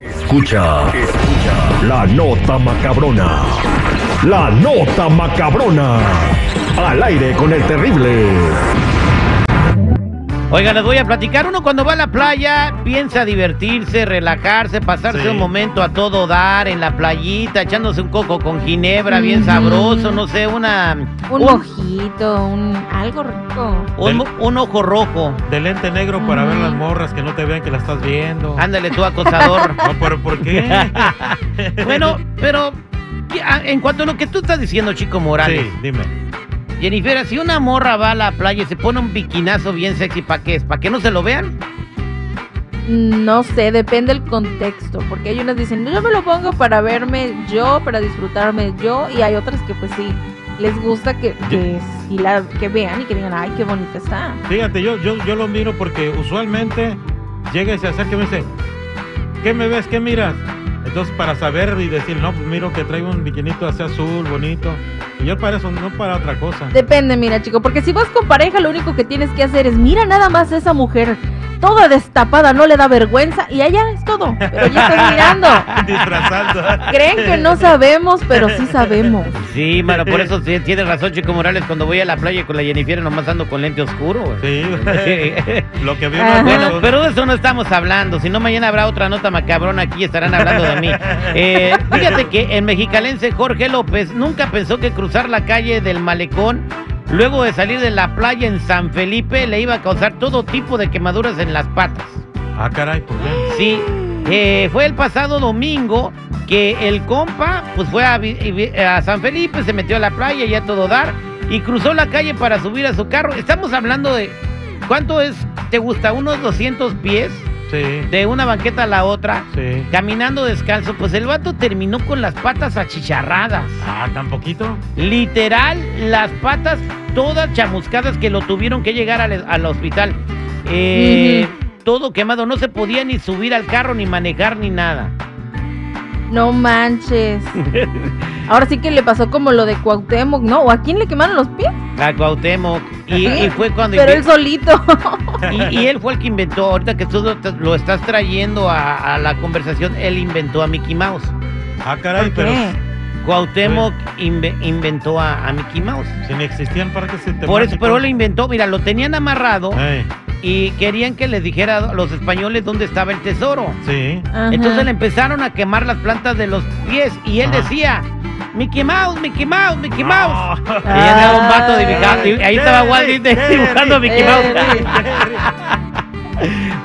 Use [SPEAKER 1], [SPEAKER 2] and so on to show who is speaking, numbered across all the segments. [SPEAKER 1] escucha la nota macabrona. La nota macabrona. Al aire con el terrible.
[SPEAKER 2] Oiga, les voy a platicar. Uno cuando va a la playa piensa divertirse, relajarse, pasarse un momento a todo dar en la playita, echándose un coco con ginebra, bien
[SPEAKER 3] Ujú.
[SPEAKER 2] sabroso, no sé, una
[SPEAKER 3] Un
[SPEAKER 2] un-
[SPEAKER 3] mojito, un algo rico.
[SPEAKER 2] un, mo- un ojo rojo.
[SPEAKER 4] De lente negro para
[SPEAKER 3] Ujú.
[SPEAKER 4] ver las morras, que no te vean que las estás viendo.
[SPEAKER 2] Ándale tú, acosador.
[SPEAKER 4] No, pero ¿por qué?
[SPEAKER 2] bueno, pero ¿qué- a- en cuanto a lo que tú estás diciendo, chico Morales,
[SPEAKER 4] sí, dime.
[SPEAKER 2] Jennifer, si una morra va a la playa y se pone un biquinazo bien sexy, ¿para qué es? ¿Para que no se lo vean?
[SPEAKER 3] No sé, depende del contexto, porque hay unas dicen, yo me lo pongo para verme yo, para disfrutarme yo, y hay otras que pues sí, les gusta que, que, sí la, que vean y que digan, ay, qué bonita está.
[SPEAKER 4] Fíjate, yo, yo, yo lo miro porque usualmente llega y se acerca y me dice, ¿qué me ves? ¿Qué miras? Entonces, para saber y decir, no, pues miro que traigo un bikinito así azul, bonito. Y yo para eso, no para otra cosa.
[SPEAKER 3] Depende, mira, chico, porque si vas con pareja, lo único que tienes que hacer es, mira nada más a esa mujer, toda destapada, no le da vergüenza, y allá es todo, pero ya estás mirando.
[SPEAKER 4] Disfrazando.
[SPEAKER 3] Creen que no sabemos, pero sí sabemos.
[SPEAKER 2] Sí, mano, por eso sí, tienes razón, Chico Morales. Cuando voy a la playa con la Jennifer, nomás ando con lente oscuro. güey.
[SPEAKER 4] Sí, lo que vio
[SPEAKER 3] Ajá.
[SPEAKER 2] Ah, Bueno, pero de eso no estamos hablando. Si no, mañana habrá otra nota macabrona aquí y estarán hablando de mí. Eh, fíjate que el mexicalense Jorge López nunca pensó que cruzar la calle del Malecón luego de salir de la playa en San Felipe le iba a causar todo tipo de quemaduras en las patas.
[SPEAKER 4] Ah, caray, ¿por qué?
[SPEAKER 2] Sí, eh, fue el pasado domingo que el compa pues fue a, vi- vi- a San Felipe, se metió a la playa y a todo dar y cruzó la calle para subir a su carro. Estamos hablando de, ¿cuánto es? ¿Te gusta? Unos 200 pies
[SPEAKER 4] Sí,
[SPEAKER 2] de una banqueta a la otra,
[SPEAKER 4] sí.
[SPEAKER 2] caminando descalzo. Pues el vato terminó con las patas achicharradas.
[SPEAKER 4] Ah, ¿tan poquito?
[SPEAKER 2] Literal, las patas todas chamuscadas que lo tuvieron que llegar al, al hospital. Eh, Todo quemado, no se podía ni subir al carro, ni manejar, ni nada.
[SPEAKER 3] No manches. Ahora sí que le pasó como lo de Cuauhtémoc, ¿no? ¿O a quién le quemaron los pies?
[SPEAKER 2] A Cuauhtémoc. Y, y fue cuando...
[SPEAKER 3] Pero él solito.
[SPEAKER 2] y, y él fue el que inventó, ahorita que tú lo, lo estás trayendo a, a la conversación, él inventó a Mickey Mouse.
[SPEAKER 4] Ah, caray,
[SPEAKER 3] ¿Por
[SPEAKER 4] pero
[SPEAKER 3] qué?
[SPEAKER 2] Cuauhtémoc inve- inventó a, a Mickey Mouse.
[SPEAKER 4] si ni existían parques temáticos.
[SPEAKER 2] Por eso, pero él lo inventó, mira, lo tenían amarrado
[SPEAKER 4] Ey,
[SPEAKER 2] y querían que les dijera a los españoles dónde estaba el tesoro.
[SPEAKER 4] Sí.
[SPEAKER 3] Ajá.
[SPEAKER 2] Entonces le empezaron a quemar las plantas de los pies y él
[SPEAKER 4] Ajá.
[SPEAKER 2] decía, Mickey Mouse, Mickey Mouse, Mickey Mouse.
[SPEAKER 4] No.
[SPEAKER 2] Y ya era un vato
[SPEAKER 3] Ay.
[SPEAKER 2] dibujando, y ahí estaba Walt Disney
[SPEAKER 4] Jerry,
[SPEAKER 2] dibujando a
[SPEAKER 3] Eh,
[SPEAKER 2] Mickey Mouse.
[SPEAKER 3] Jerry.
[SPEAKER 4] Ah,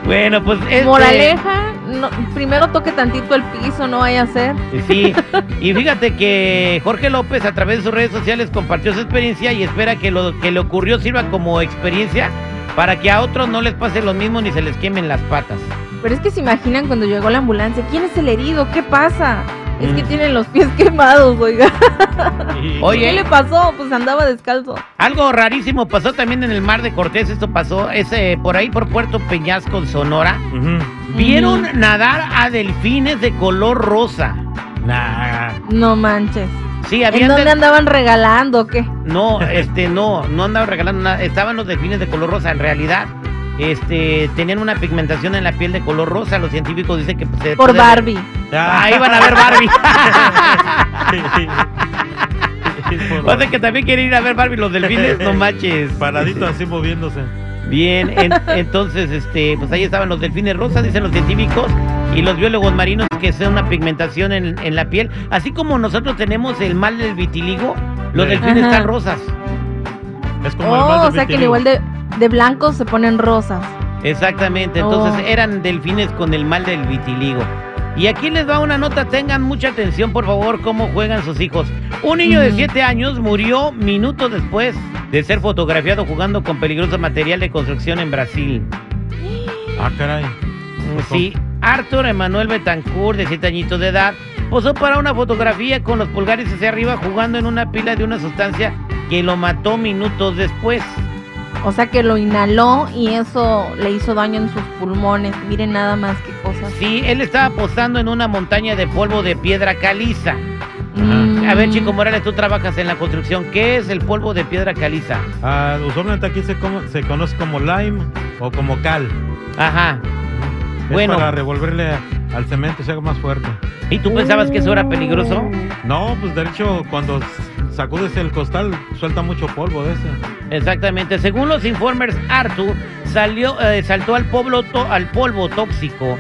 [SPEAKER 2] Bueno, pues este,
[SPEAKER 3] Moraleja, no, primero toque tantito el piso, no vaya a ser.
[SPEAKER 2] Sí, y fíjate que Jorge López a través de sus redes sociales compartió su experiencia y espera que lo que le ocurrió sirva como experiencia para que a otros no les pase lo mismo ni se les quemen las patas.
[SPEAKER 3] Pero es que se imaginan cuando llegó la ambulancia, ¿quién es el herido? ¿Qué pasa? Es que
[SPEAKER 2] Mm.
[SPEAKER 3] tienen los pies quemados, oiga.
[SPEAKER 4] Y-
[SPEAKER 2] Oye.
[SPEAKER 3] ¿Qué le pasó? Pues andaba descalzo.
[SPEAKER 2] Algo rarísimo pasó también en el Mar de Cortés, esto pasó ese por ahí por Puerto Peñasco, Sonora.
[SPEAKER 4] Ujú.
[SPEAKER 2] Vieron
[SPEAKER 3] Ujú.
[SPEAKER 2] nadar a delfines de color rosa.
[SPEAKER 4] Nah.
[SPEAKER 3] No manches.
[SPEAKER 2] Sí,
[SPEAKER 3] ¿En
[SPEAKER 2] habían
[SPEAKER 3] dónde
[SPEAKER 2] del-
[SPEAKER 3] andaban regalando o qué?
[SPEAKER 2] No, este, no, no andaban regalando nada. Estaban los delfines de color rosa. En realidad, este, tenían una pigmentación en la piel de color rosa. Los científicos dicen que pues, se
[SPEAKER 3] Por
[SPEAKER 2] puede-
[SPEAKER 3] Barbie.
[SPEAKER 2] Ah, iban a ver Barbie.
[SPEAKER 4] Por-
[SPEAKER 2] O sea que también quieren ir a ver Barbie los delfines, no manches.
[SPEAKER 4] Paradito así moviéndose.
[SPEAKER 2] Bien, en- entonces, este, pues ahí estaban los delfines rosas, dicen los científicos, y los biólogos marinos que es una pigmentación en, en la piel. Así como nosotros tenemos el mal del vitiligo, los
[SPEAKER 4] Sí.
[SPEAKER 2] delfines
[SPEAKER 3] Ajá.
[SPEAKER 2] están rosas.
[SPEAKER 4] Es como el mal
[SPEAKER 3] Oh,
[SPEAKER 4] de
[SPEAKER 3] o sea que al
[SPEAKER 4] vitiligo.
[SPEAKER 3] igual de, de blancos se ponen rosas.
[SPEAKER 2] Exactamente, entonces
[SPEAKER 3] Oh.
[SPEAKER 2] eran delfines con el mal del vitiligo. Y aquí les va una nota, tengan mucha atención por favor cómo juegan sus hijos. Un niño de
[SPEAKER 3] Ujú.
[SPEAKER 2] 7 años murió minutos después de ser fotografiado jugando con peligroso material de construcción en Brasil.
[SPEAKER 4] Ah, caray.
[SPEAKER 2] Sí, Arthur Emanuel Betancourt, de 7 añitos de edad, posó para una fotografía con los pulgares hacia arriba jugando en una pila de una sustancia que lo mató minutos después.
[SPEAKER 3] O sea que lo inhaló y eso le hizo daño en sus pulmones. Miren nada más qué cosas.
[SPEAKER 2] Sí, él estaba posando en una montaña de polvo de piedra caliza.
[SPEAKER 3] Mm.
[SPEAKER 2] A ver, Chico Morales, tú trabajas en la construcción. ¿Qué es el polvo de piedra caliza?
[SPEAKER 4] Ah, usualmente aquí se, como- se conoce como lime o como cal.
[SPEAKER 2] Ajá.
[SPEAKER 4] Es
[SPEAKER 2] Bueno.
[SPEAKER 4] para revolverle a, al cemento se haga más fuerte.
[SPEAKER 2] ¿Y tú pensabas que eso era peligroso?
[SPEAKER 4] No, pues de hecho, cuando s- sacudes el costal, suelta mucho polvo de ese.
[SPEAKER 2] Exactamente. Según los informes, Arthur salió, eh, saltó al, pueblo to- al polvo tóxico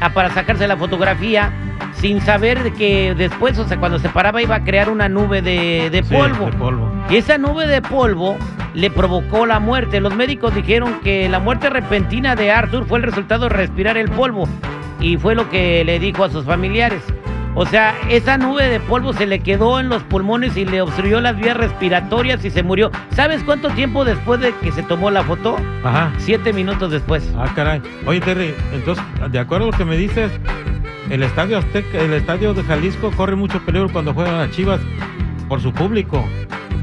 [SPEAKER 2] ah, para sacarse la fotografía sin saber de que después, o sea, cuando se paraba iba a crear una nube de, de
[SPEAKER 4] Sí,
[SPEAKER 2] polvo.
[SPEAKER 4] de polvo.
[SPEAKER 2] Y esa nube de polvo le provocó la muerte. Los médicos dijeron que la muerte repentina de Arthur fue el resultado de respirar el polvo. Y fue lo que le dijo a sus familiares. O sea, esa nube de polvo se le quedó en los pulmones y le obstruyó las vías respiratorias y se murió. ¿Sabes cuánto tiempo después de que se tomó la foto?
[SPEAKER 4] Ajá.
[SPEAKER 2] Siete minutos después.
[SPEAKER 4] Ah, caray. Oye, Terry, entonces, de acuerdo a lo que me dices, el estadio Azteca, el estadio de Jalisco corre mucho peligro cuando juegan las Chivas por su público.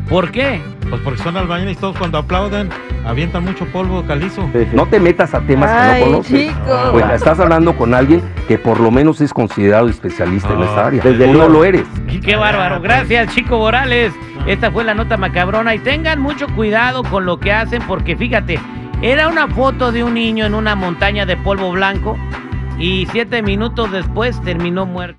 [SPEAKER 2] ¿Por qué?
[SPEAKER 4] Pues porque son albañiles todos cuando aplauden, avientan mucho polvo calizo.
[SPEAKER 5] No te metas a temas
[SPEAKER 3] Ay,
[SPEAKER 5] que no conoces.
[SPEAKER 3] chicos.
[SPEAKER 5] Pues estás hablando con alguien que por lo menos es considerado especialista en esta
[SPEAKER 4] Ah,
[SPEAKER 5] área.
[SPEAKER 4] desde
[SPEAKER 5] Desde no
[SPEAKER 4] luego.
[SPEAKER 5] lo eres.
[SPEAKER 2] Qué
[SPEAKER 4] ah,
[SPEAKER 2] bárbaro.
[SPEAKER 4] pues.
[SPEAKER 2] Gracias, Chico Morales. Esta fue la nota macabrona. Y tengan mucho cuidado con lo que hacen, porque fíjate, era una foto de un niño en una montaña de polvo blanco y siete minutos después terminó muerto.